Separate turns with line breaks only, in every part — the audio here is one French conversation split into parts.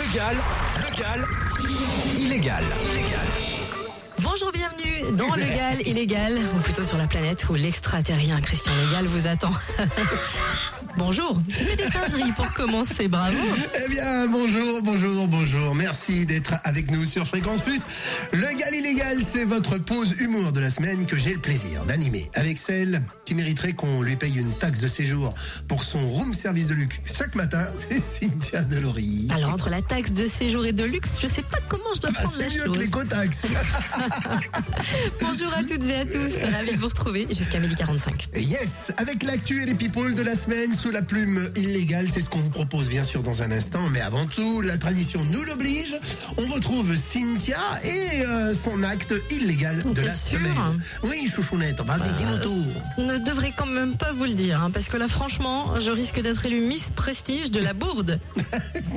Légal, legal, illégal. Illégal.
Bonjour, bienvenue dans le Gal illégal, ou plutôt sur la planète où l'extraterrien Christian Légal vous attend. Bonjour, c'est des singeries pour commencer, bravo.
Eh bien, bonjour, bonjour, bonjour. Merci d'être avec nous sur Fréquence Plus. Le Gal Illégal, c'est votre pause humour de la semaine que j'ai le plaisir d'animer avec celle qui mériterait qu'on lui paye une taxe de séjour pour son room service de luxe chaque matin, c'est Cynthia Delory.
Alors, entre la taxe de séjour et de luxe, je sais pas comment je dois
Bah,
prendre la
c'est mieux que
chose.
l'éco-taxe.
Bonjour à toutes et à tous, ravi de vous retrouver jusqu'à 12h45.
Yes, avec l'actu et les people de la semaine sous la plume illégale, c'est ce qu'on vous propose bien sûr dans un instant, mais avant tout, la tradition nous l'oblige. On retrouve Cynthia et euh, son acte illégal de
T'es
la
sûre
semaine. Oui, chouchounette, vas-y, dis-nous tout.
Ne devrait quand même pas vous le dire, hein, parce que là, franchement, je risque d'être élue Miss Prestige de la Bourde.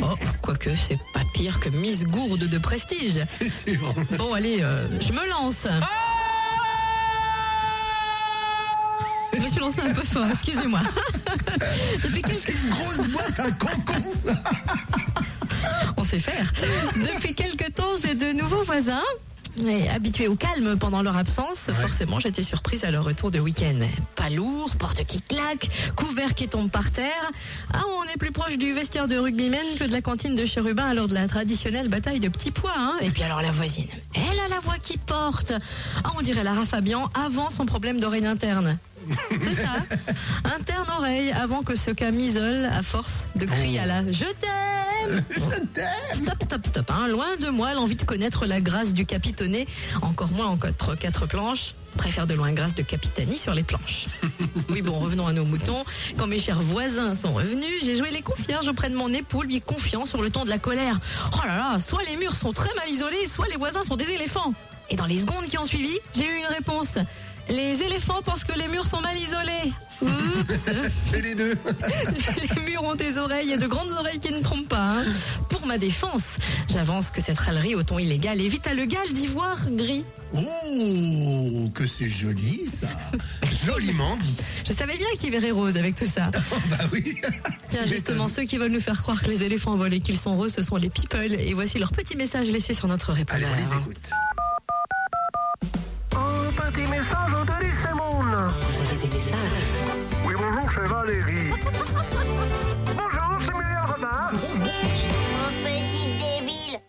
Oh, quoique, c'est pas pire que Miss Gourde de Prestige.
C'est sûr.
Bon, allez, euh, je me lance. Je me suis lancée un peu fort, excusez-moi. Depuis quelques-
C'est une grosse boîte à concons. ça.
On sait faire. Depuis quelques temps, j'ai de nouveaux voisins. Et habitués au calme pendant leur absence, forcément j'étais surprise à leur retour de week-end. Pas lourd, porte qui claque, couvert qui tombe par terre. Ah, on est plus proche du vestiaire de rugbymen que de la cantine de chérubin lors de la traditionnelle bataille de petits pois. hein. Et puis alors la voisine, elle a la voix qui porte. Ah, on dirait Lara Fabian avant son problème d'oreille interne. C'est ça. Interne oreille avant que ce cas m'isole à force de crier à la Je t'aime
Je t'aime.
Stop, stop, stop. hein. Loin de moi l'envie de connaître la grâce du capitonné, encore moins en quatre, quatre planches. Préfère de loin grâce de capitanie sur les planches. Oui, bon, revenons à nos moutons. Quand mes chers voisins sont revenus, j'ai joué les concierges auprès de mon époux, lui confiant sur le ton de la colère. Oh là là, soit les murs sont très mal isolés, soit les voisins sont des éléphants. Et dans les secondes qui ont suivi, j'ai eu une réponse. Les éléphants pensent que les murs sont mal isolés. Oups.
C'est les deux.
Les murs ont des oreilles et de grandes oreilles qui ne trompent pas. hein. Pour ma défense, j'avance que cette râlerie au ton illégal évite à legal d'ivoire gris.
Oh, que c'est joli ça. Joliment dit.
Je savais bien qu'il verrait rose avec tout ça.
Oh, bah oui.
Tiens, justement, ceux qui veulent nous faire croire que les éléphants volent et qu'ils sont roses, ce sont les people. Et voici leur petit message laissé sur notre
Allez,
répondeur.
on les écoute.
Un petit message au Denis Semoun.
Vous avez des messages
Oui, bonjour, c'est Valérie. bonjour, c'est Mélia Robin.
Mon petit débile.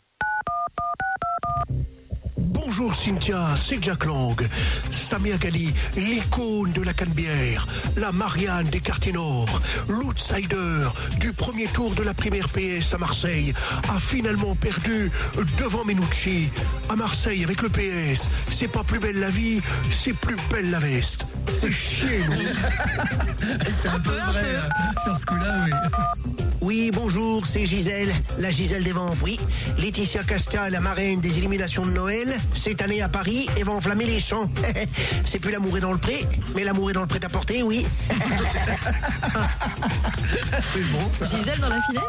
Bonjour Cynthia, c'est Jack Lang. Samia Gali, l'icône de la Canebière, la Marianne des quartiers nord, l'outsider du premier tour de la primaire PS à Marseille, a finalement perdu devant Menucci. À Marseille, avec le PS, c'est pas plus belle la vie, c'est plus belle la veste. C'est chier, nous.
C'est un peu vrai euh, sur ce coup-là, oui.
Oui, bonjour, c'est Gisèle, la Gisèle des Vents, oui. Laetitia Casta, la marraine des éliminations de Noël, cette année à Paris, et va enflammer les champs. c'est plus l'amour est dans le pré, mais l'amour est dans le prêt-à-porter, oui.
C'est bon ça.
Gisèle dans la finesse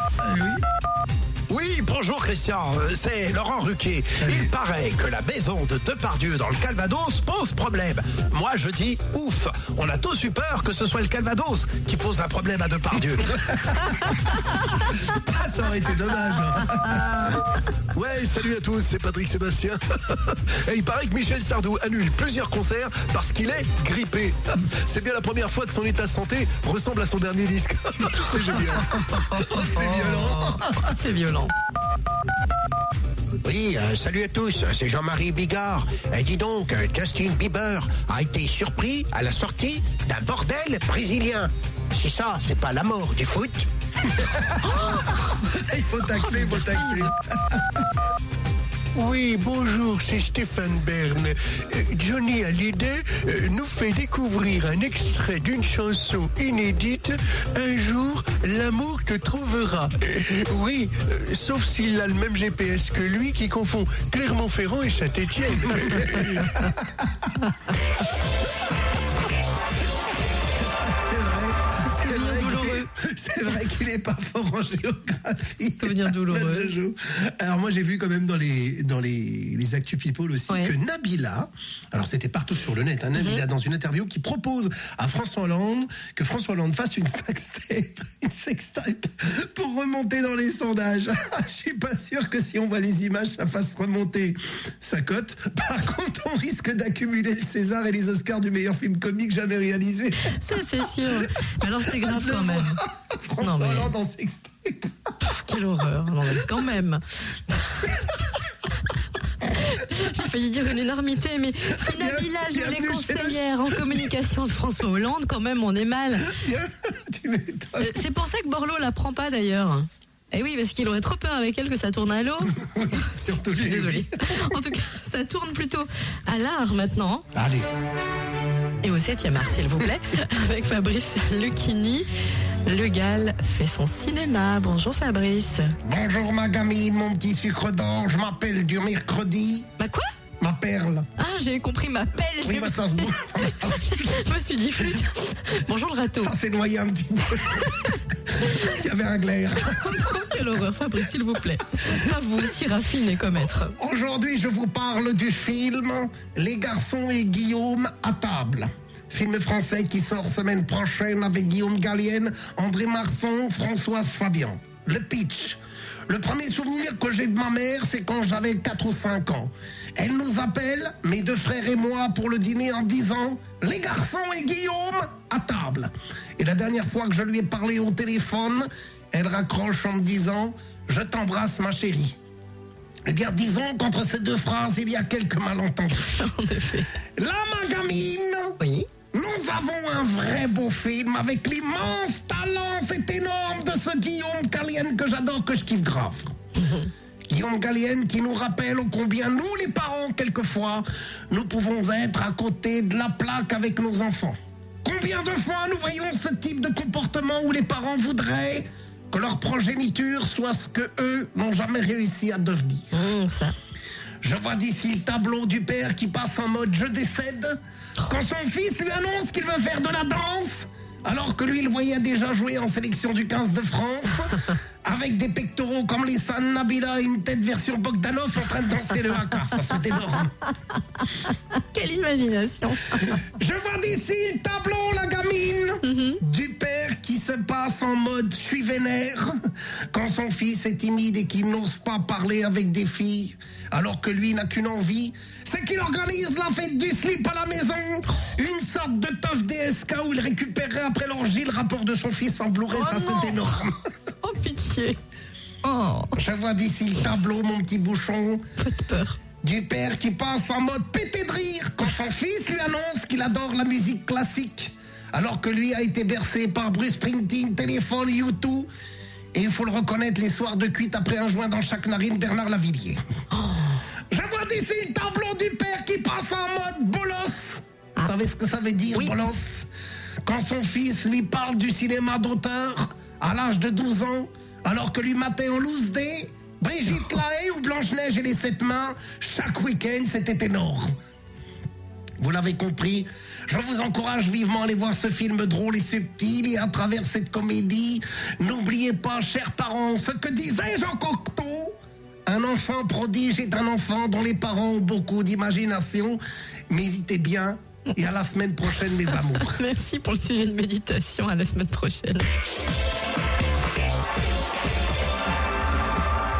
Oui, bonjour Christian, euh, c'est Laurent Ruquier. Il paraît que la maison de Depardieu dans le Calvados pose problème. Moi je dis ouf, on a tous eu peur que ce soit le Calvados qui pose un problème à Depardieu.
Ah, ça aurait été dommage. hein.
Ouais, salut à tous, c'est Patrick Sébastien. Et il paraît que Michel Sardou annule plusieurs concerts parce qu'il est grippé. C'est bien la première fois que son état de santé ressemble à son dernier disque. C'est génial.
C'est violent.
C'est violent.
Oui, euh, salut à tous, c'est Jean-Marie Bigard. Et dis donc, euh, Justin Bieber a été surpris à la sortie d'un bordel brésilien. Si ça, c'est pas la mort du foot.
Il faut taxer, il faut taxer.
Oui, bonjour, c'est Stéphane Bern. Euh, Johnny Hallyday euh, nous fait découvrir un extrait d'une chanson inédite, Un jour, l'amour te trouvera. Euh, Oui, euh, sauf s'il a le même GPS que lui qui confond Clermont-Ferrand et Saint-Étienne.
C'est vrai. C'est
bien
vrai que
douloureux.
les- C'est C'est vrai qu'il est pas fort en géographie.
Souvenir douloureux.
Matt Jojo. Alors moi j'ai vu quand même dans les dans les, les actus people aussi
Ouais. Mhm.
que Nabila, alors c'était partout sur le net, hein, Nabila dans une interview qui propose à François Hollande que François Hollande fasse une sextape, une sextape pour remonter dans les sondages. Je suis pas sûr que si on voit les images ça fasse remonter sa cote. Par contre on risque d'accumuler le César et les Oscars du meilleur film comique jamais réalisé.
Ça, c'est sûr. Mais Alors, c'est grave
Je le
quand même.
vois. François
Non, mais-
Hollande en sextape.
Quelle horreur. Non, mais quand même. J'ai failli dire une énormité, mais si
Bien-
Nabila, je l'ai
bienvenue chez nous.
conseillère en communication de François Hollande, quand même, on est mal.
Bien, tu m'étonnes.
Euh, C'est pour ça que Borloo la prend pas d'ailleurs. Eh oui, parce qu'il aurait trop peur avec elle que ça tourne à l'eau.
Surtout lui.
Désolée. En tout cas, ça tourne plutôt à l'art maintenant.
Allez,
Et au 7 art, s'il vous plaît, avec Fabrice Lucchini. Le Gall fait son cinéma. Bonjour Fabrice.
bonjour ma gamine, mon petit sucre d'or, je m'appelle du mercredi,
Bah quoi
ma perle.
Ah, j'ai compris ma pelle.
Oui,
j'ai-
bah ça se boit.
Je me suis dit flûte. Bonjour le râteau.
Ça s'est noyé un petit peu. Il y avait un glaire.
Oh Quelle horreur, Fabrice, s'il vous plaît. Pas vous aussi raffiné comme être.
Aujourd'hui, je vous parle du film Les garçons et Guillaume à table. Film français qui sort semaine prochaine avec Guillaume Gallienne, André Martin, Françoise Fabian. Le pitch. Le premier souvenir que j'ai de ma mère, c'est quand j'avais 4 ou 5 ans. Elle nous appelle, mes deux frères et moi, pour le dîner en disant Les garçons et Guillaume à table. Et la dernière fois que je lui ai parlé au téléphone, elle raccroche en me disant Je t'embrasse, ma chérie. Eh bien, disons qu'entre ces deux phrases, il y a quelques malentendus. Là, ma gamine,
Oui.
nous avons un vrai beau film avec l'immense talent, c'est énorme, de ce Guillaume Gallienne que j'adore, que je kiffe grave. Guillaume Gallienne qui nous rappelle ô combien nous, les parents, quelquefois, nous pouvons être à côté de la plaque avec nos enfants. Combien de fois nous voyons ce type de comportement où les parents voudraient que leur progéniture soit ce que eux n'ont jamais réussi à devenir
Hum, ça.
je vois d'ici le tableau du père qui passe en mode je décède quand son fils lui annonce qu'il veut faire de la danse alors que lui il voyait déjà jouer en sélection du 15 de France avec des pectoraux comme les San Nabila et une tête version Bogdanov en train de danser le haka. Ça c'est énorme.
Quelle imagination.
Je vois d'ici le tableau, la gamine Du père qui se passe en mode je suis vénère quand son fils est timide et qu'il n'ose pas parler avec des filles, alors que lui n'a qu'une envie, c'est qu'il organise la fête du slip à la maison Une sorte de teuf DSK où il récupérerait après l'orgie le rapport de son fils en Blu-ray, ça c'est énorme
Oh, pitié. Oh,
Je vois d'ici le tableau, mon petit bouchon,
pas de peur.
du père qui passe en mode pété de rire quand son fils lui annonce qu'il adore la musique classique, alors que lui a été bercé par Bruce Springsteen, téléphone, YouTube. Et il faut le reconnaître, les soirs de cuite après un joint dans chaque narine, Bernard Lavillier. Je vois d'ici le tableau du père qui passe en mode bolos. Vous savez ce que ça veut dire, bolos Quand son fils lui parle du cinéma d'auteur à l'âge de 12 ans, alors que lui matait en loose day, Brigitte Claé ou Blanche-Neige et les Sept Mains, chaque week-end, c'était énorme. Vous l'avez compris, je vous encourage vivement à aller voir ce film drôle et subtil et à travers cette comédie, n'oubliez pas, chers parents, ce que disait Jean Cocteau. Un enfant prodige est un enfant dont les parents ont beaucoup d'imagination. Méditez bien et à la semaine prochaine, mes amours.
Merci pour le sujet de méditation. À la semaine prochaine.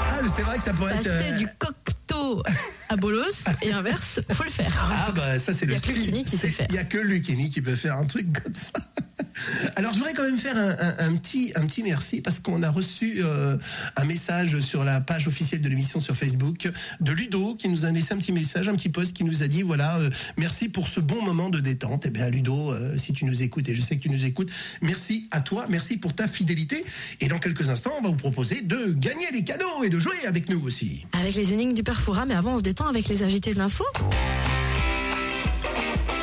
Ah, c'est vrai que ça pourrait euh,
Passer du cocteau à bolos et inverse, faut le faire.
Ah bah ça c'est
Il y
le
a que
style.
Lucini qui sait
C'est-
faire.
Il y a que Lucini qui peut faire un truc comme ça. Alors je voudrais quand même faire un, un- un petit un petit merci parce qu'on a reçu euh, un message sur la page officielle de l'émission sur Facebook de Ludo qui nous a laissé un petit message, un petit post qui nous a dit voilà euh, merci pour ce bon moment de détente. Et bien Ludo, euh, si tu nous écoutes et je sais que tu nous écoutes, merci à toi, merci pour ta fidélité. Et dans quelques instants, on va vous proposer de gagner les cadeaux et de jouer avec nous aussi.
Avec les énigmes du Perfora, mais avant on se détend avec les agités de l'info.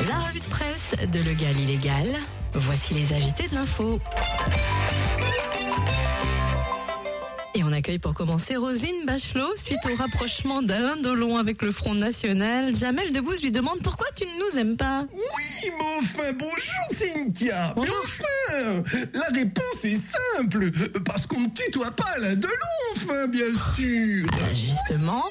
La revue de presse de Legal Illégal. Voici les agités de l'info. Et on accueille pour commencer Roselyne Bachelot. Suite au rapprochement d'Alain Delon avec le Front National, Jamel Debbouze lui demande pourquoi tu ne nous aimes pas.
Oui, mais enfin, bonjour Cynthia Mais
Bonjour.
enfin La réponse est simple Parce qu'on ne tutoie pas la Delon, enfin, bien sûr
Ah, Justement,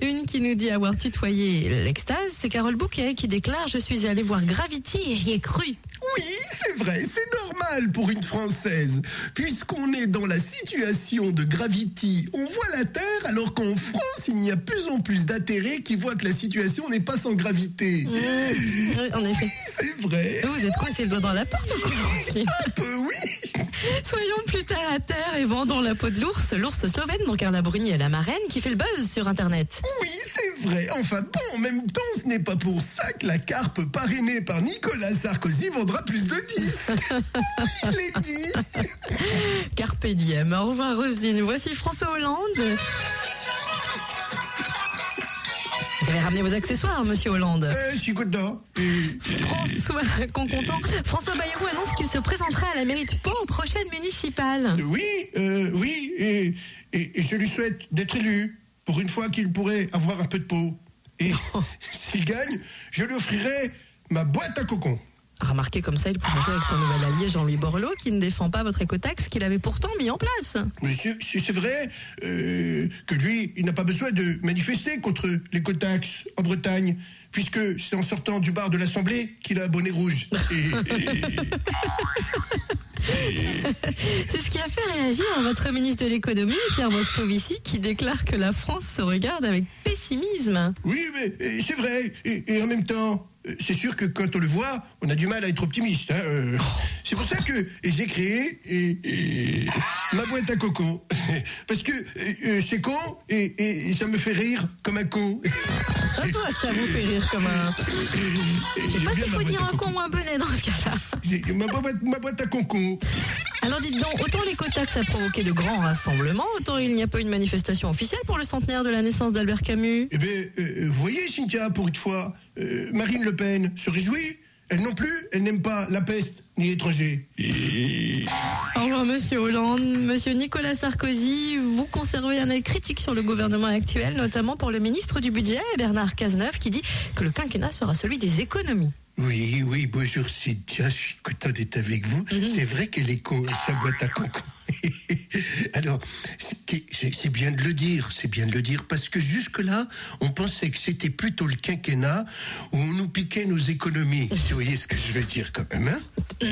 une qui nous dit avoir tutoyé l'extase, c'est Carole Bouquet qui déclare Je suis allée voir Gravity et j'y ai cru.
Oui, c'est vrai, c'est normal pour une Française. Puisqu'on est dans la situation de gravity, on voit la Terre alors qu'en France, il n'y a plus en plus d'atterrés qui voient que la situation n'est pas sans gravité.
Oui, En effet.
C'est vrai,
Vous êtes coincé le doigt dans la porte ou quoi Roselyne
un peu oui.
Soyons plus terre à terre et vendons la peau de l'ours, l'ours slovène dont Carla Bruni est la marraine qui fait le buzz sur internet.
Oui, c'est vrai. Enfin bon, en même temps, ce n'est pas pour ça que la carpe parrainée par Nicolas Sarkozy vendra plus de 10. Oui, je l'ai dit.
Carpe diem. Au revoir Roselyne. Voici François Hollande. Vous avez ramené vos accessoires, monsieur Hollande.
Euh, je suis content.
François Concontant. François Bayrou annonce qu'il se présentera à la mairie de Pau aux prochaines municipales.
Oui, euh, oui, et, et- et je lui souhaite d'être élu, pour une fois qu'il pourrait avoir un peu de peau. Et s'il gagne, je lui offrirai ma boîte à cocon.
Remarquez comme ça, il pourra jouer avec son nouvel allié Jean-Louis Borloo qui ne défend pas votre écotaxe qu'il avait pourtant mis en place.
Mais c'est c'est- c'est vrai euh, que lui, il n'a pas besoin de manifester contre les cotax en Bretagne, puisque c'est en sortant du bar de l'Assemblée qu'il a un bonnet rouge.
C'est ce qui a fait réagir votre ministre de l'économie, Pierre Moscovici, qui déclare que la France se regarde avec pessimisme.
Oui, mais euh, c'est vrai. Et, et en même temps, euh, c'est sûr que quand on le voit, on a du mal à être optimiste. hein, euh. C'est pour ça que j'ai créé et, et, ma boîte à coco. Parce que euh, euh, c'est con et, et ça me fait rire comme un con.
Ça se voit que ça vous fait rire comme un... Je sais pas s'il faut dire un con ou un bonnet dans ce cas-là.
C'est Ma boîte, ma boîte à conco.
Alors dites donc, autant l'écotaxe a provoqué de grands rassemblements, autant il n'y a pas eu de manifestation officielle pour le centenaire de la naissance d'Albert Camus.
Eh bien, euh, vous voyez, Cynthia, pour une fois, euh, Marine Le Pen se réjouit. Elle non plus, elle n'aime pas la peste ni l'étranger.
Au revoir Monsieur Hollande, Monsieur Nicolas Sarkozy, vous conservez un œil critique sur le gouvernement actuel, notamment pour le ministre du Budget, Bernard Cazeneuve, qui dit que le quinquennat sera celui des économies.
Oui, oui, bonjour Cynthia, je suis content d'être avec vous. C'est vrai qu'elle est con, sa boîte à conco. Alors, c'est qui- c'est c'est bien de le dire, c'est bien de le dire, parce que jusque-là, on pensait que c'était plutôt le quinquennat où on nous piquait nos économies. Vous voyez ce que je veux dire quand même, hein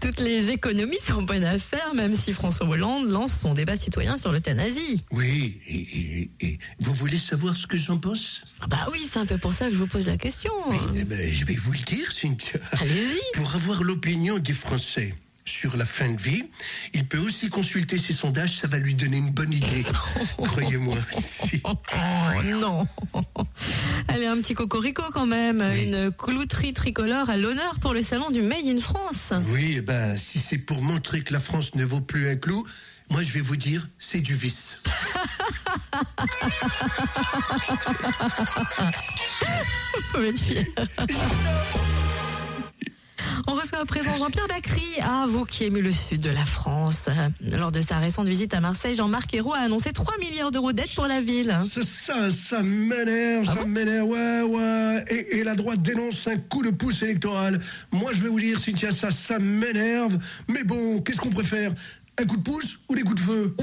Toutes les économies sont bonnes à faire, même si François Hollande lance son débat citoyen sur l'euthanasie.
Oui, et- et- et vous voulez savoir ce que j'en pense
Ah bah oui, c'est un peu pour ça que je vous pose la question. hein.
Eh ben, je vais vous le dire, Cynthia.
Allez-y.
Pour avoir l'opinion des Français sur la fin de vie, il peut aussi consulter ces sondages, ça va lui donner une bonne idée. Croyez-moi. Si.
Oh non Allez, un petit cocorico quand même. Une clouterie tricolore à l'honneur pour le salon du Made in France.
Oui, eh ben, si c'est pour montrer que la France ne vaut plus un clou, moi je vais vous dire, c'est du vice.
Faut être fier. On reçoit à présent Jean-Pierre Bacry. Ah, vous qui aimez le sud de la France. Lors de sa récente visite à Marseille, Jean-Marc Ayrault a annoncé 3 milliards d'euros d'aide pour la ville.
Ça, ça, ça m'énerve, ça m'énerve, ouais, ouais. Et, et la droite dénonce un coup de pouce électoral. Moi, je vais vous dire, Cynthia, ça, ça m'énerve. Mais bon, qu'est-ce qu'on préfère Un coup de pouce ou des coups de feu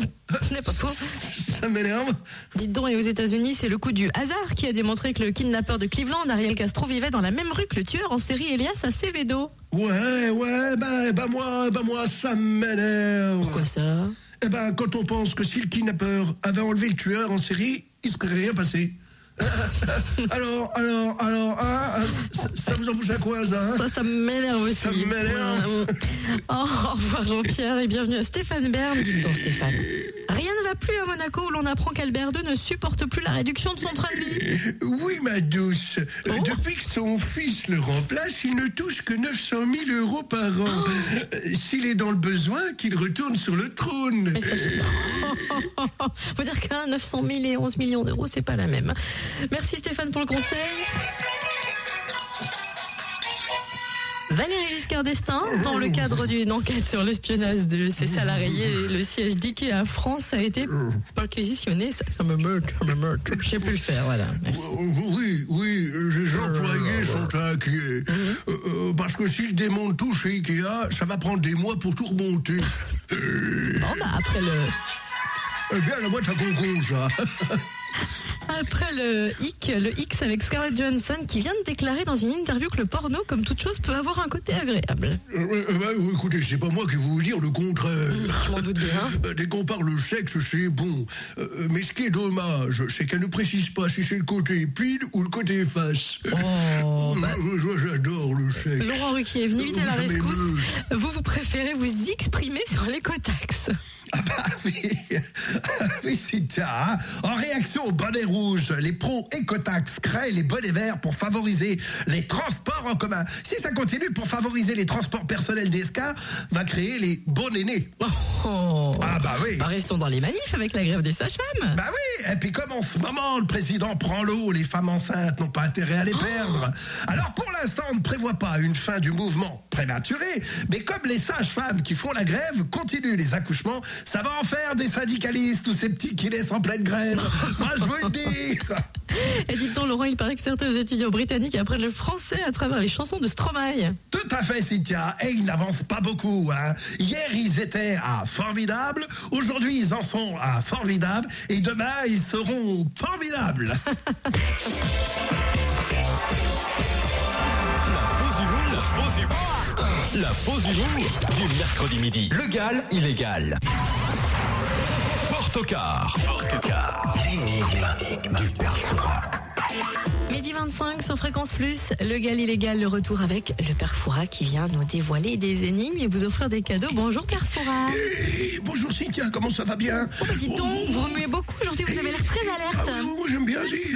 Ce n'est pas faux.
Ça m'énerve.
Dites donc, et aux États-Unis, c'est le coup du hasard qui a démontré que le kidnappeur de Cleveland, Ariel Castro, vivait dans la même rue que le tueur en série Elias Acevedo.
Ouais, ouais, bah, bah moi, bah moi, ça m'énerve.
Quoi ça
Eh ben, quand on pense que si le kidnappeur avait enlevé le tueur en série, il serait rien passé. alors, alors, alors, hein, hein, ça, ça vous embouche à quoi, ça hein
Ça, ça m'énerve aussi.
Ça m'énerve.
Ouais, ouais. Oh, au revoir Jean-Pierre et bienvenue à Stéphane Bern. Dites donc, Stéphane. Rien ne va plus à Monaco où l'on apprend qu'Albert II ne supporte plus la réduction de son train de vie.
Oui, ma douce. Euh, Depuis que son fils le remplace, il ne touche que 900 000 euros par an. Euh, S'il est dans le besoin, qu'il retourne sur le trône.
Faut dire qu'un 900 000 et 11 millions d'euros, c'est pas la même. Merci Stéphane pour le conseil. Valérie Giscard d'Estaing, dans le cadre d'une enquête sur l'espionnage de ses salariés, le siège d'IKEA France a été perquisitionné. Ça, ça me meurt, ça me meurt. Je sais plus le faire, voilà.
Euh, Oui, oui, les
Euh,
employés sont inquiets.
Mhm.
Euh, euh, parce que si je démonte tout chez Ikea, ça va prendre des mois pour tout remonter.
Bon, bah, après le,
Eh bien, la boîte à concours, ça.
après le hic, le X avec Scarlett Johansson qui vient de déclarer dans une interview que le porno, comme toute chose, peut avoir un côté agréable.
Euh, euh, bah, écoutez, c'est pas moi qui vais vous dire le contraire.
Mhm, Je m'en doute bien.
Euh, Dès qu'on parle sexe, c'est bon. Euh, mais ce qui est dommage, c'est qu'elle ne précise pas si c'est le côté pile ou le côté face.
Oh, bah,
Euh, moi, J'adore le sexe.
Laurent Ruquier est venu vite à la
Vous avez
rescousse.
meute.
Vous, vous préférez vous exprimer sur l'écotaxe.
Ah bah oui, Ah oui c'est ça. hein. En réaction aux bonnets rouges, les pros Ecotax créent les bonnets verts pour favoriser les transports en commun. Si ça continue pour favoriser les transports personnels d'ESCA, va créer les bonnets nés.
Oh.
Ah bah oui.
Bah, restons dans les manifs avec la grève des sages-femmes.
Bah oui, et puis comme en ce moment, le président prend l'eau, les femmes enceintes n'ont pas intérêt à les perdre. Alors pour l'instant, on ne prévoit pas une fin du mouvement prématuré, mais comme les sages-femmes qui font la grève continuent les accouchements, ça va en faire des syndicalistes ou ces petits qui laissent en pleine grève. Moi, je vous le dis.
Et dites donc, Laurent, il paraît que certains étudiants britanniques apprennent le français à travers les chansons de Stromae.
Tout à fait, Cynthia. Et ils n'avancent pas beaucoup. Hein. Hier, ils étaient à formidable. Aujourd'hui, ils en sont à formidable. Et demain, ils seront formidables.
La pause du jour du mercredi midi. Legal, illégal. Fort au quart. Fort au quart. L'énigme du Perfora.
Midi 25 sur Fréquence Plus, le gal illégal, le retour avec le Père Foura qui vient nous dévoiler des énigmes et vous offrir des cadeaux. Bonjour Père Foura.
Eh, bonjour Cynthia, comment ça va bien
Oh bah dites donc, vous remuez beaucoup aujourd'hui, vous avez l'air très
Ah
alerte.
oui, oui, moi j'aime bien, si.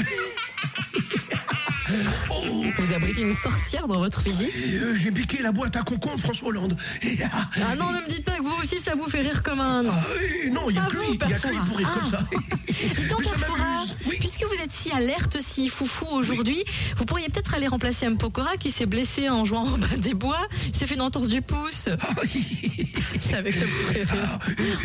Vous abritez une sorcière dans votre vigie.
Et, euh, J'ai piqué la boîte à concombre François Hollande. Et, ah,
Ah non, ne me dites pas que vous aussi ça vous fait rire comme un...
ah, eh, non, il n'y a
Ah,
que
vous,
lui, il y a
Père
que lui
Foura.
pour rire comme ça.
Dites Ah. donc,
Mais ça
Père Foura,
m'amuse. Oui.
puisque vous êtes si alerte, si foufou aujourd'hui, vous pourriez peut-être aller remplacer M. Pokora qui s'est blessé en jouant Robin des Bois. Il s'est fait une entorse du pouce.
Ah, oui. Ah,
Je savais que ça vous ferait rire.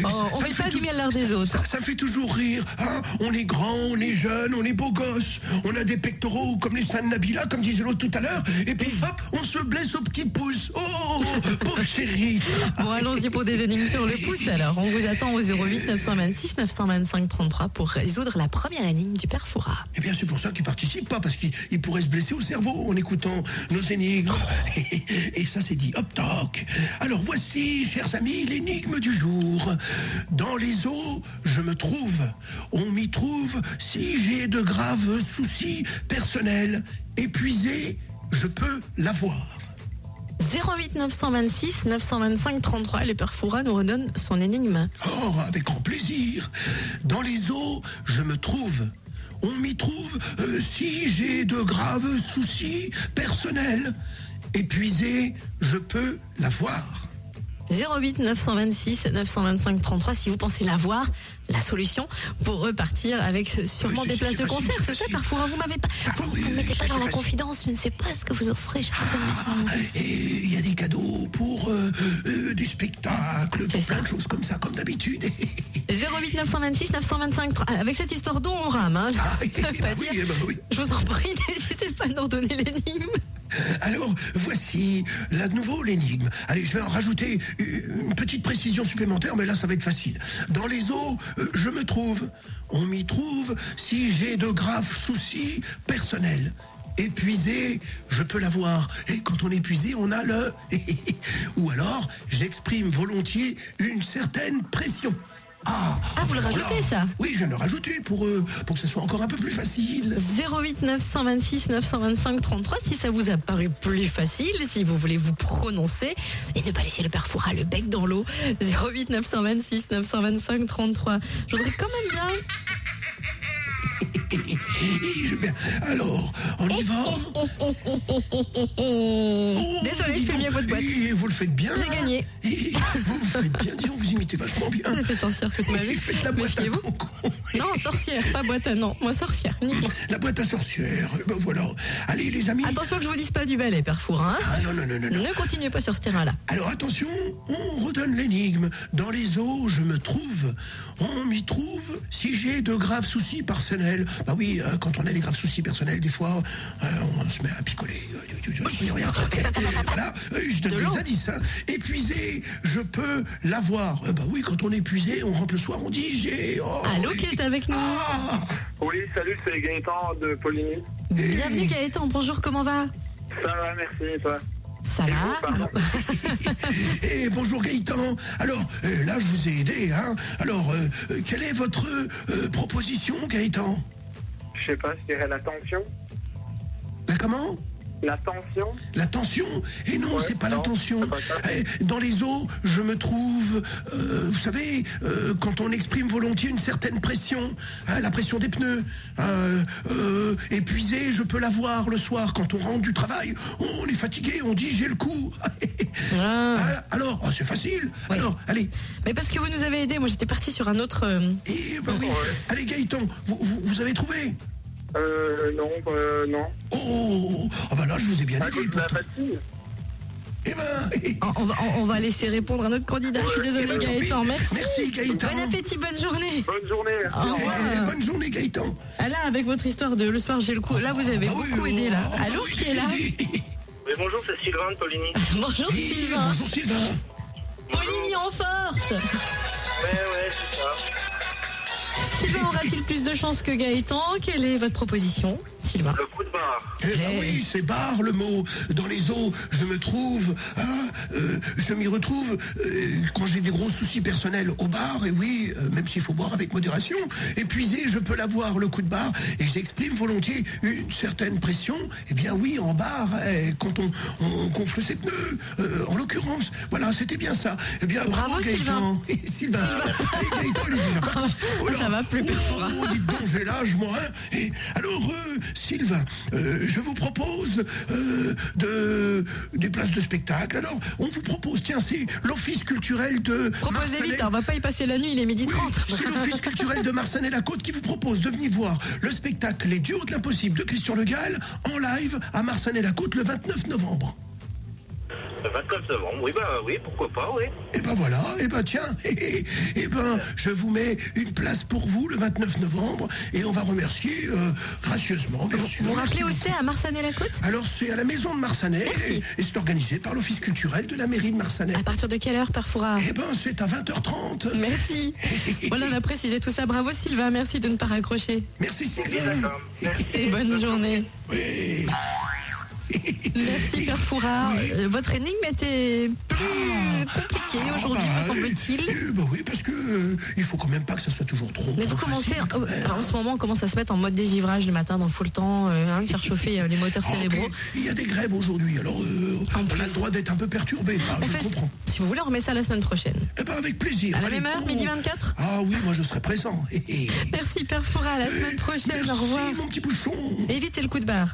Oh, on
Ça
met
fait
pas du
tout-
miel à l'heure des autres.
Ça, ça me fait toujours rire. hein. on est grand, on est jeune, on est beau gosse. On a des pectoraux comme les seins de Nabila, comme disait l'autre tout à l'heure. Et puis hop, on se blesse au petit pouce. Oh, oh, oh, pauvre chérie.
Bon, allons-y pour des énigmes sur le pouce alors. On vous attend au 08 926 925 33 pour résoudre la première énigme du Père Foura.
Eh bien, c'est pour ça qu'il participe pas, parce qu'il il pourrait se blesser au cerveau en écoutant nos énigmes. Et ça, c'est dit hop toc. Alors voici, chers amis, l'énigme du jour. Dans les eaux, je me trouve. On m'y trouve si j'ai de graves soucis personnels. Épuisé, je peux l'avoir.
08 926 925 33 le Père Foura nous redonne son énigme.
Oh, avec grand plaisir. Dans les eaux, je me trouve. On m'y trouve euh, si j'ai de graves soucis personnels. Épuisé, je peux l'avoir.
08 926 925 33 si vous pensez l'avoir, la solution pour repartir avec ce- sûrement
Oui,
des
c'est-
places
c'est
de
facile,
concert,
c'est
c'est ça
facile.
Père Foura, vous m'avez pas
bah oui,
vous me mettez
oui,
pas
c'est
dans la
facile.
confidence, je ne sais pas ce que vous offrez chaque semaine.
Et il y a des cadeaux pour euh, euh, des spectacles,
C'est
pour
ça.
plein de choses comme ça, comme d'habitude. Ah.
08 926 925 3. Avec cette histoire d'eau, on rame. Hein.
Ah,
Ça veut
eh
pas
ben oui,
dire.
eh ben oui.
Je vous en prie, n'hésitez pas à nous donner l'énigme.
Alors, voici la nouveau l'énigme. Allez, je vais en rajouter une petite précision supplémentaire, mais là, ça va être facile. Dans les eaux, euh, je me trouve. On m'y trouve si j'ai de graves soucis personnels. Épuisé, je peux l'avoir. Et quand on est épuisé, on a le... Ou alors, j'exprime volontiers une certaine pression. Ah,
Ah, vous le
voilà.
rajoutez, ça
Oui, je viens de le rajouter pour, euh, pour que ce soit encore un peu plus facile.
08 926 925 33 si ça vous a paru plus facile, si vous voulez vous prononcer et ne pas laisser le père Foura le bec dans l'eau. 08 926 925 33. Je voudrais quand même bien.
Et je- bien, Alors, on y va Oh,
Désolée, je fais mieux votre boîte.
Et vous le faites bien.
J'ai gagné.
Et vous le faites bien, disons, vous imitez vachement bien.
Ça fait sortir toute ma vie.
Faites la boîte à
Méfiez-vous.
concombre.
Non, sorcière, pas boîte à non. Moi, sorcière. uniquement.
La boîte à sorcières. Ben voilà. Allez, les amis.
Attention que je vous dise pas du balai, Père Fourin.
Ah non, non, non, non, non.
Ne continuez pas sur ce terrain-là.
Alors attention, on redonne l'énigme. Dans les eaux, je me trouve. On m'y trouve si j'ai de graves soucis personnels. Bah oui, euh, quand on a des graves soucis personnels, des fois, euh, on se met à picoler. Euh, je- je- je- je- rien. Voilà, euh, je donne
De l'eau.
des indices. hein. Épuisé, je peux l'avoir. Euh, bah oui, quand on est épuisé, on rentre le soir, on dit j'ai. oh,
Allô, qui est avec nous
ah.
Oui, salut, c'est Gaëtan de Poligny.
Bienvenue, Gaëtan. Bonjour, comment va
Ça va, merci, et toi
Ça
Et vous,
va
pardon.
Eh, bonjour Gaëtan. Alors, euh, là, je vous ai aidé. Hein. Alors, euh, euh, quelle est votre euh, proposition, Gaëtan
Je sais pas, je dirais la tension.
La comment
La tension
La tension Et non,
Ouais,
c'est pas la
non,
tension.
c'est pas ça.
Eh, Dans les eaux, je me trouve, euh, vous savez, euh, quand on exprime volontiers une certaine pression, hein, la pression des pneus, euh, euh, épuisé, je peux l'avoir le soir quand on rentre du travail. on est fatigué, on dit j'ai le coup.
Ah.
Ah, Alors, oh, c'est facile.
Ouais.
Alors, allez,
Mais parce que vous nous avez aidé, moi j'étais partie sur un autre. euh,
Eh ben oui. Allez Gaëtan, vous, vous- vous avez trouvé
Euh, non, euh, non.
Oh, oh, oh, oh. Ah ben là, je vous ai bien
À
aidé.
cause de la
pourtant.
fatigue
Eh ben,
On va, on va laisser répondre à notre candidat. Je suis
eh ben,
désolée,
tant
Gaëtan.
pis.
Merci.
Merci Gaëtan.
Bon appétit, bonne journée.
Bonne journée, merci.
Au
Eh,
revoir.
bonne journée Gaëtan.
Ah Là, avec votre histoire de le soir, j'ai le coup. Là, vous avez
Ah oui,
beaucoup
oh,
aidé. Là.
ah bah
Allô,
oui,
qui est là
oui, oui.
Oui, bonjour, c'est Sylvain de Poligny.
Bonjour,
Eh,
Sylvain.
Bonjour Sylvain.
Poligny en force.
Ouais, ouais, c'est ça.
Sylvain aura-t-il plus de chance que Gaëtan Quelle est votre proposition, Sylvain
Le coup de barre.
Eh ben oui, c'est barre le mot. Dans les eaux, je me trouve, hein, euh, je m'y retrouve euh, quand j'ai des gros soucis personnels au bar, et oui, euh, même s'il faut boire avec modération, épuisé, je peux l'avoir, le coup de barre, et j'exprime volontiers une certaine pression, eh bien oui, en bar, eh, quand on, on gonfle ses pneus, euh, en l'occurrence, voilà, c'était bien ça. Eh bien, bravo,
Bravo,
Gaëtan. Et Sylvain. Et Gaëtan, il est déjà parti. Oh là.
Ça va plus, Père Fouras.
Oh, dites donc, j'ai l'âge, moi. hein. Et alors, euh, Sylvain, euh, je vous propose euh, de, des places de spectacle. Alors, on vous propose, tiens, c'est l'Office culturel de.
Proposez
Marseillais-
vite, hein, on va pas y passer la nuit, il est midi
oui,
30.
c'est l'Office culturel de Marsanet-la-Côte qui vous propose de venir voir le spectacle Les Duos de l'impossible de Christian Le Gall en live à Marsanet-la-Côte le 29 novembre.
Le 29 novembre, oui, bah oui, pourquoi pas, oui.
Et ben voilà, et ben tiens, et, ben je vous mets une place pour vous le 29 novembre et on va remercier euh, gracieusement, bien sûr.
Vous
Merci
rappelez où c'est à Marsanet-la-Côte
Alors c'est à la maison de Marsanet et, et c'est organisé par l'office culturel de la mairie de Marsanet.
À partir de quelle heure, Parfoura
Eh ben c'est à 20h30.
Merci. Voilà, on a précisé tout ça. Bravo, Sylvain. Merci de ne pas raccrocher.
Merci Sylvain.
D'accord. Merci.
Et bonne journée.
Oui.
Merci Père Fourard. Euh, Votre énigme était plus compliquée aujourd'hui,
Ah,
me
bah,
semble-t-il.
eh, eh, bah oui, parce que euh, il faut quand même pas que ça soit toujours trop.
Mais vous
trop
commencez,
facile, quand même.
alors, en ce moment, on commence à se mettre en mode dégivrage le matin, dans faut le temps, euh, hein, de faire chauffer euh, les moteurs
Ah,
cérébraux.
puis, Il y a des grèves aujourd'hui, alors euh,
En
on a
plus.
le droit d'être un peu perturbé. Ah,
En
je
fait,
comprends.
si vous voulez, on remet ça la semaine prochaine.
Eh ben avec plaisir.
À la
Allez,
même heure,
on-
midi 24
Ah oui, moi je serai présent. Eh, eh.
Merci Père Fourard. À la semaine prochaine.
Merci
Au revoir.
mon petit bouchon.
Évitez le coup de barre.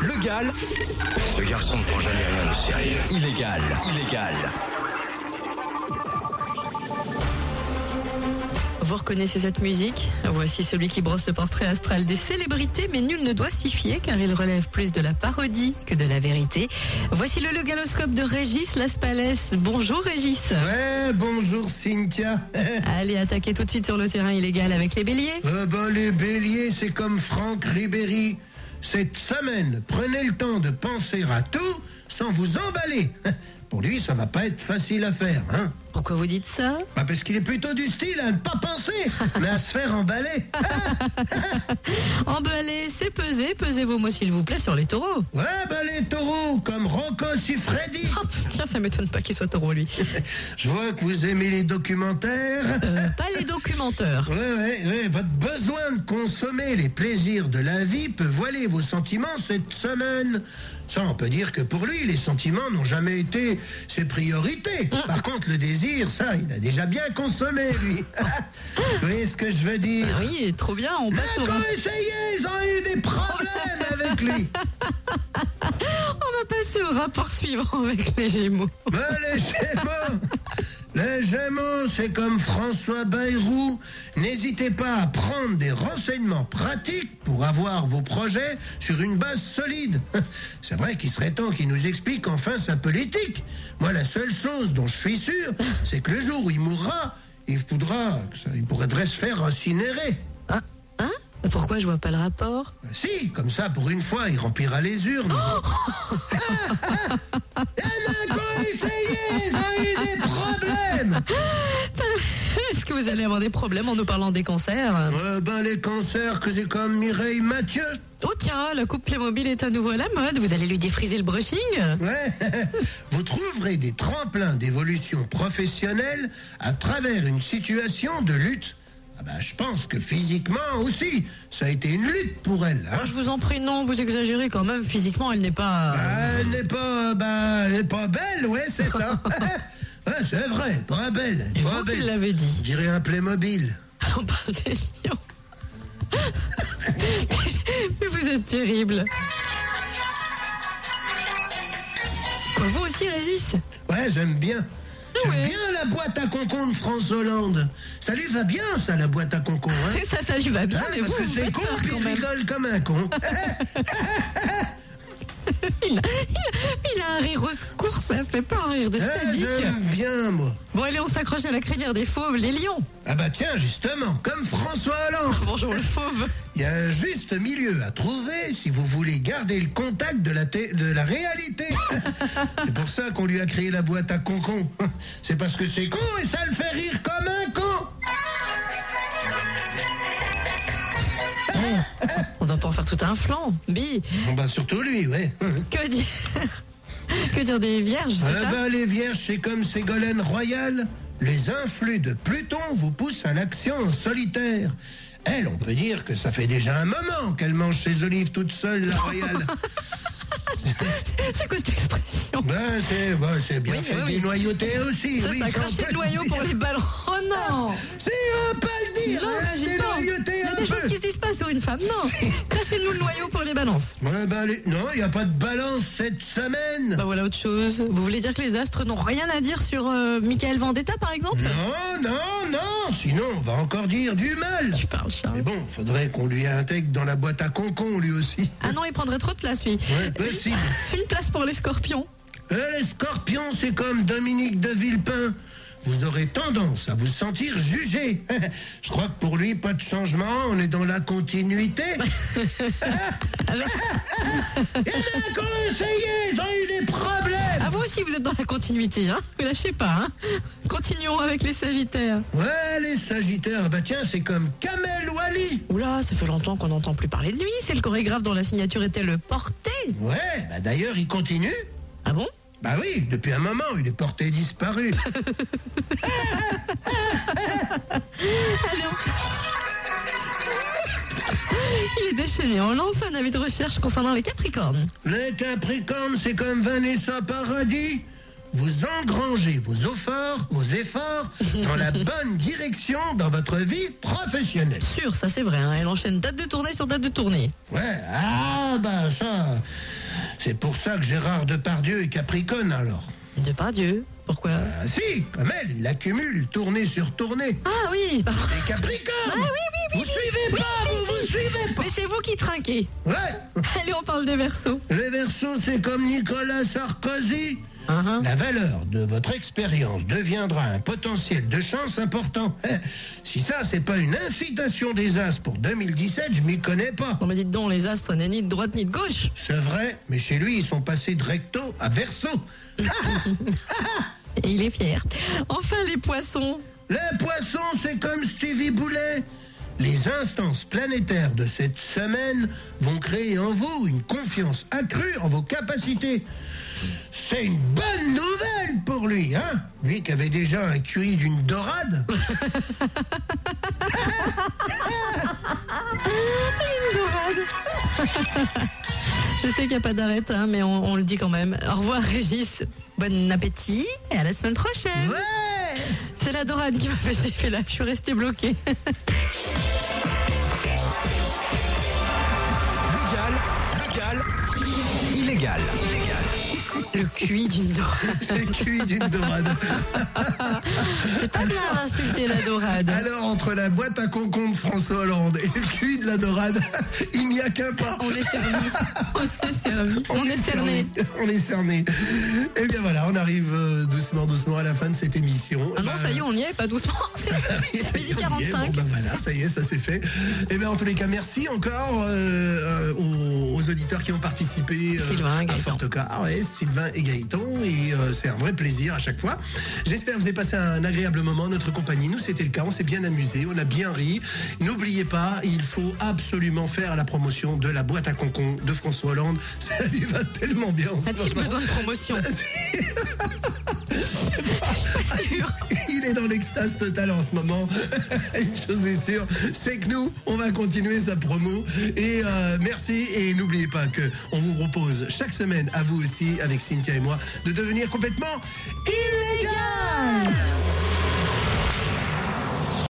Le Gall,
Ce garçon ne prend jamais rien au sérieux.
illégal, illégal.
Vous reconnaissez cette musique Voici celui qui brosse le portrait astral des célébrités, mais nul ne doit s'y fier car il relève plus de la parodie que de la vérité. Voici le, le galoscope de Régis Laspalès. Bonjour Régis.
Ouais, bonjour Cynthia.
Allez, attaquez tout de suite sur le terrain illégal avec les béliers.
Euh, ben, les béliers, c'est comme Franck Ribéry. Cette semaine, prenez le temps de penser à tout sans vous emballer. Pour lui, ça va pas être facile à faire, hein
Pourquoi vous dites ça
Bah, parce qu'il est plutôt du style à ne pas penser, mais à se faire emballer.
Emballez, c'est peser. Pesez vos mots s'il vous plaît sur les taureaux.
Ouais, ben les taureaux, comme Rocco Siffredi.
Oh, tiens, ça m'étonne pas qu'il soit taureau lui.
Je vois que vous aimez les documentaires.
Euh, pas les documenteurs.
Ouais, ouais, ouais, votre besoin de consommer les plaisirs de la vie peut voiler vos sentiments cette semaine. Ça, on peut dire que pour lui, les sentiments n'ont jamais été ses priorités. Par contre, le désir, ça, il a déjà bien consommé, lui. vous voyez ce que je veux dire
Oui, trop bien, hein. on
Mais
passe au
quand essayez, ils ont eu des problèmes avec lui.
On va passer au rapport suivant avec les Gémeaux.
Mais les Gémeaux, Les Gémeaux, c'est comme François Bayrou. N'hésitez pas à prendre des renseignements pratiques pour avoir vos projets sur une base solide. C'est vrai qu'il serait temps qu'il nous explique enfin sa politique. Moi, la seule chose dont je suis sûr, c'est que le jour où il mourra, il voudra, il pourrait se faire incinérer.
Hein Hein Pourquoi je vois pas le rapport
Si, comme ça, pour une fois, il remplira les urnes.
Est-ce que vous allez avoir des problèmes en nous parlant des cancers
Euh, ben, les cancers, que c'est comme Mireille Mathieu.
Oh tiens, la coupe Playmobil est à nouveau à la mode. Vous allez lui défriser le brushing
Ouais. Vous trouverez des tremplins d'évolution professionnelle à travers une situation de lutte. Ah ben, je pense que physiquement aussi, ça a été une lutte pour elle. hein.
Oh, Je vous en prie, non, vous exagérez quand même. Physiquement, elle n'est pas...
Ah, Elle n'est pas, bah, elle n'est pas belle, ouais, c'est ça. ouais, c'est vrai, pas belle,
Et
pas
vous qui
belle.
l'avez dit. Ah,
Je dirais un Playmobil.
On parle des lions. Mais vous êtes terrible. Quoi, vous aussi, Régis
Ouais, j'aime bien. J'aime
Ouais.
bien la boîte à concombre France Hollande. Ça lui va bien, ça, la boîte à concombre. hein.
Ça, ça lui va bien,
Hein,
mais
parce
vous,
que
vous
c'est
faites
con,
peur
puis
quand
il
même. Ah,
rigole comme un con.
Il a, il a- il a un rire au secours, ça fait pas un rire de
Ah,
sadique.
J'aime bien, moi.
Bon, allez, on s'accroche à la crinière des fauves, les lions.
Ah bah tiens, justement, comme François Hollande.
Bonjour, le fauve.
Il y a un juste milieu à trouver si vous voulez garder le contact de la, té- de la réalité. c'est pour ça qu'on lui a créé la boîte à concon. C'est parce que c'est con et ça le fait rire comme un con.
On va pas en faire tout un flanc. Bi,
Bon bah surtout lui, ouais.
que dire Que dire des vierges, c'est
Ah
ça
bah les vierges, c'est comme Ségolène Royal. Les influx de Pluton vous poussent à l'action en solitaire. Elle, on peut dire que ça fait déjà un moment qu'elle mange ses olives toute seule, la Royale.
C'est quoi cette expression
ben c'est ben, c'est bien
Oui,
fait
oui,
des
oui.
noyautés aussi.
Ça,
oui,
ça a
ça, on
craché
peut
le noyau
dire. Ah,
pour les ballons. Oh non
Si, on peut le dire,
Non,
hein,
Régis,
des
non.
noyautés
Il y a
un
des choses
peu.
qui se passent sur une femme, non Crachez-nous le noyau pour les balances.
Ouais, ben, les- Non, il n'y a pas de balance cette semaine.
Bah voilà autre chose. Vous voulez dire que les astres n'ont rien à dire sur euh, Michael Vendetta, par exemple
Non, non, non, sinon on va encore dire du mal.
Tu parles, Charles.
Mais bon, faudrait qu'on lui intègre dans la boîte à concon, lui aussi.
Ah non, il prendrait trop de place, lui.
Ouais, possible.
Une place pour les scorpions.
Euh, les scorpions, c'est comme Dominique de Villepin. Vous aurez tendance à vous sentir jugé. Je crois que pour lui, pas de changement, on est dans la continuité. Il y en a qui ont essayé, ils ont eu des problèmes.
Ah vous aussi, vous êtes dans la continuité, hein Vous lâchez pas, hein Continuons avec les sagittaires.
Ouais, les sagittaires, bah tiens, c'est comme Kamel Wally.
Oula, ça fait longtemps qu'on n'entend plus parler de lui. C'est le chorégraphe dont la signature était le porté.
Ouais, bah d'ailleurs, il continue.
Ah bon
Bah oui, depuis un moment, il est porté disparu.
Il est déchaîné. On lance un avis de recherche concernant les capricornes.
Les Capricornes, c'est comme Vanessa Paradis. Vous engrangez vos efforts, vos efforts dans la bonne direction dans votre vie professionnelle.
Sûr, ça c'est vrai. hein. Elle enchaîne date de tournée sur date de tournée.
Ouais, ah bah ça, c'est pour ça que Gérard Depardieu est Capricorne alors.
De par Dieu. Pourquoi
Ah si, comme elle, il accumule tournée sur tournée.
Ah oui, pardon.
Les Capricornes,
Bah oui, oui, oui,
vous suivez pas, vous vous suivez
Mais c'est vous qui trinquez.
pas. Ouais,
Allez, on parle des versos.
les Verseaux, c'est comme Nicolas Sarkozy. La valeur de votre expérience deviendra un potentiel de chance important. Eh, Si ça, c'est pas une incitation des As pour 2017, je m'y connais pas.
Non Oh, mais dites donc, les astres n'est ni de droite ni de gauche.
C'est vrai, mais chez lui, ils sont passés de recto à verso.
Et il est fier. Enfin, les poissons.
Les poissons, c'est comme Stevie Boulet. Les instances planétaires de cette semaine vont créer en vous une confiance accrue en vos capacités. C'est une bonne nouvelle pour lui, hein Lui qui avait déjà un QI d'une dorade.
Une dorade. Je sais qu'il n'y a pas d'arrête, hein, mais on, on le dit quand même. Au revoir, Régis. Bon appétit et à la semaine prochaine.
Ouais
C'est la dorade qui m'a fait cet effet-là. Je suis restée bloquée.
Légal, légal, illégal. Illégal.
Le cuit d'une dorade.
Le cuit d'une dorade.
C'est pas bien d'insulter la dorade.
Alors, entre la boîte à concombre François Hollande et le cuit de la dorade, il n'y a qu'un pas.
On est servi. On est servi. On, est cerné.
On est cerné. Et bien voilà, on arrive euh, doucement, doucement à la fin de cette émission.
Ah non, ça y est, on y est, pas doucement. C'est midi
On y est.
45.
Bon, ben voilà, ça y est, ça c'est fait. Et bien en tous les cas, merci encore euh, euh, aux, aux auditeurs qui ont participé euh,
Sylvain,
à
Gaëtan.
Forte Car, ouais, Sylvain et Gaëtan. Et euh, c'est un vrai plaisir à chaque fois. J'espère que vous avez passé un agréable moment en notre compagnie. Nous, c'était le cas. On s'est bien amusé, on a bien ri. N'oubliez pas, il faut absolument faire la promotion de la boîte à concon de François Hollande. Ça lui va tellement bien. en ce
A-t-il
moment.
besoin de promotion
Il est dans l'extase totale en ce moment. Une chose est sûre, c'est que nous, on va continuer sa promo. Et euh, merci. Et n'oubliez pas que on vous propose chaque semaine, à vous aussi, avec Cynthia et moi, de devenir complètement illégal.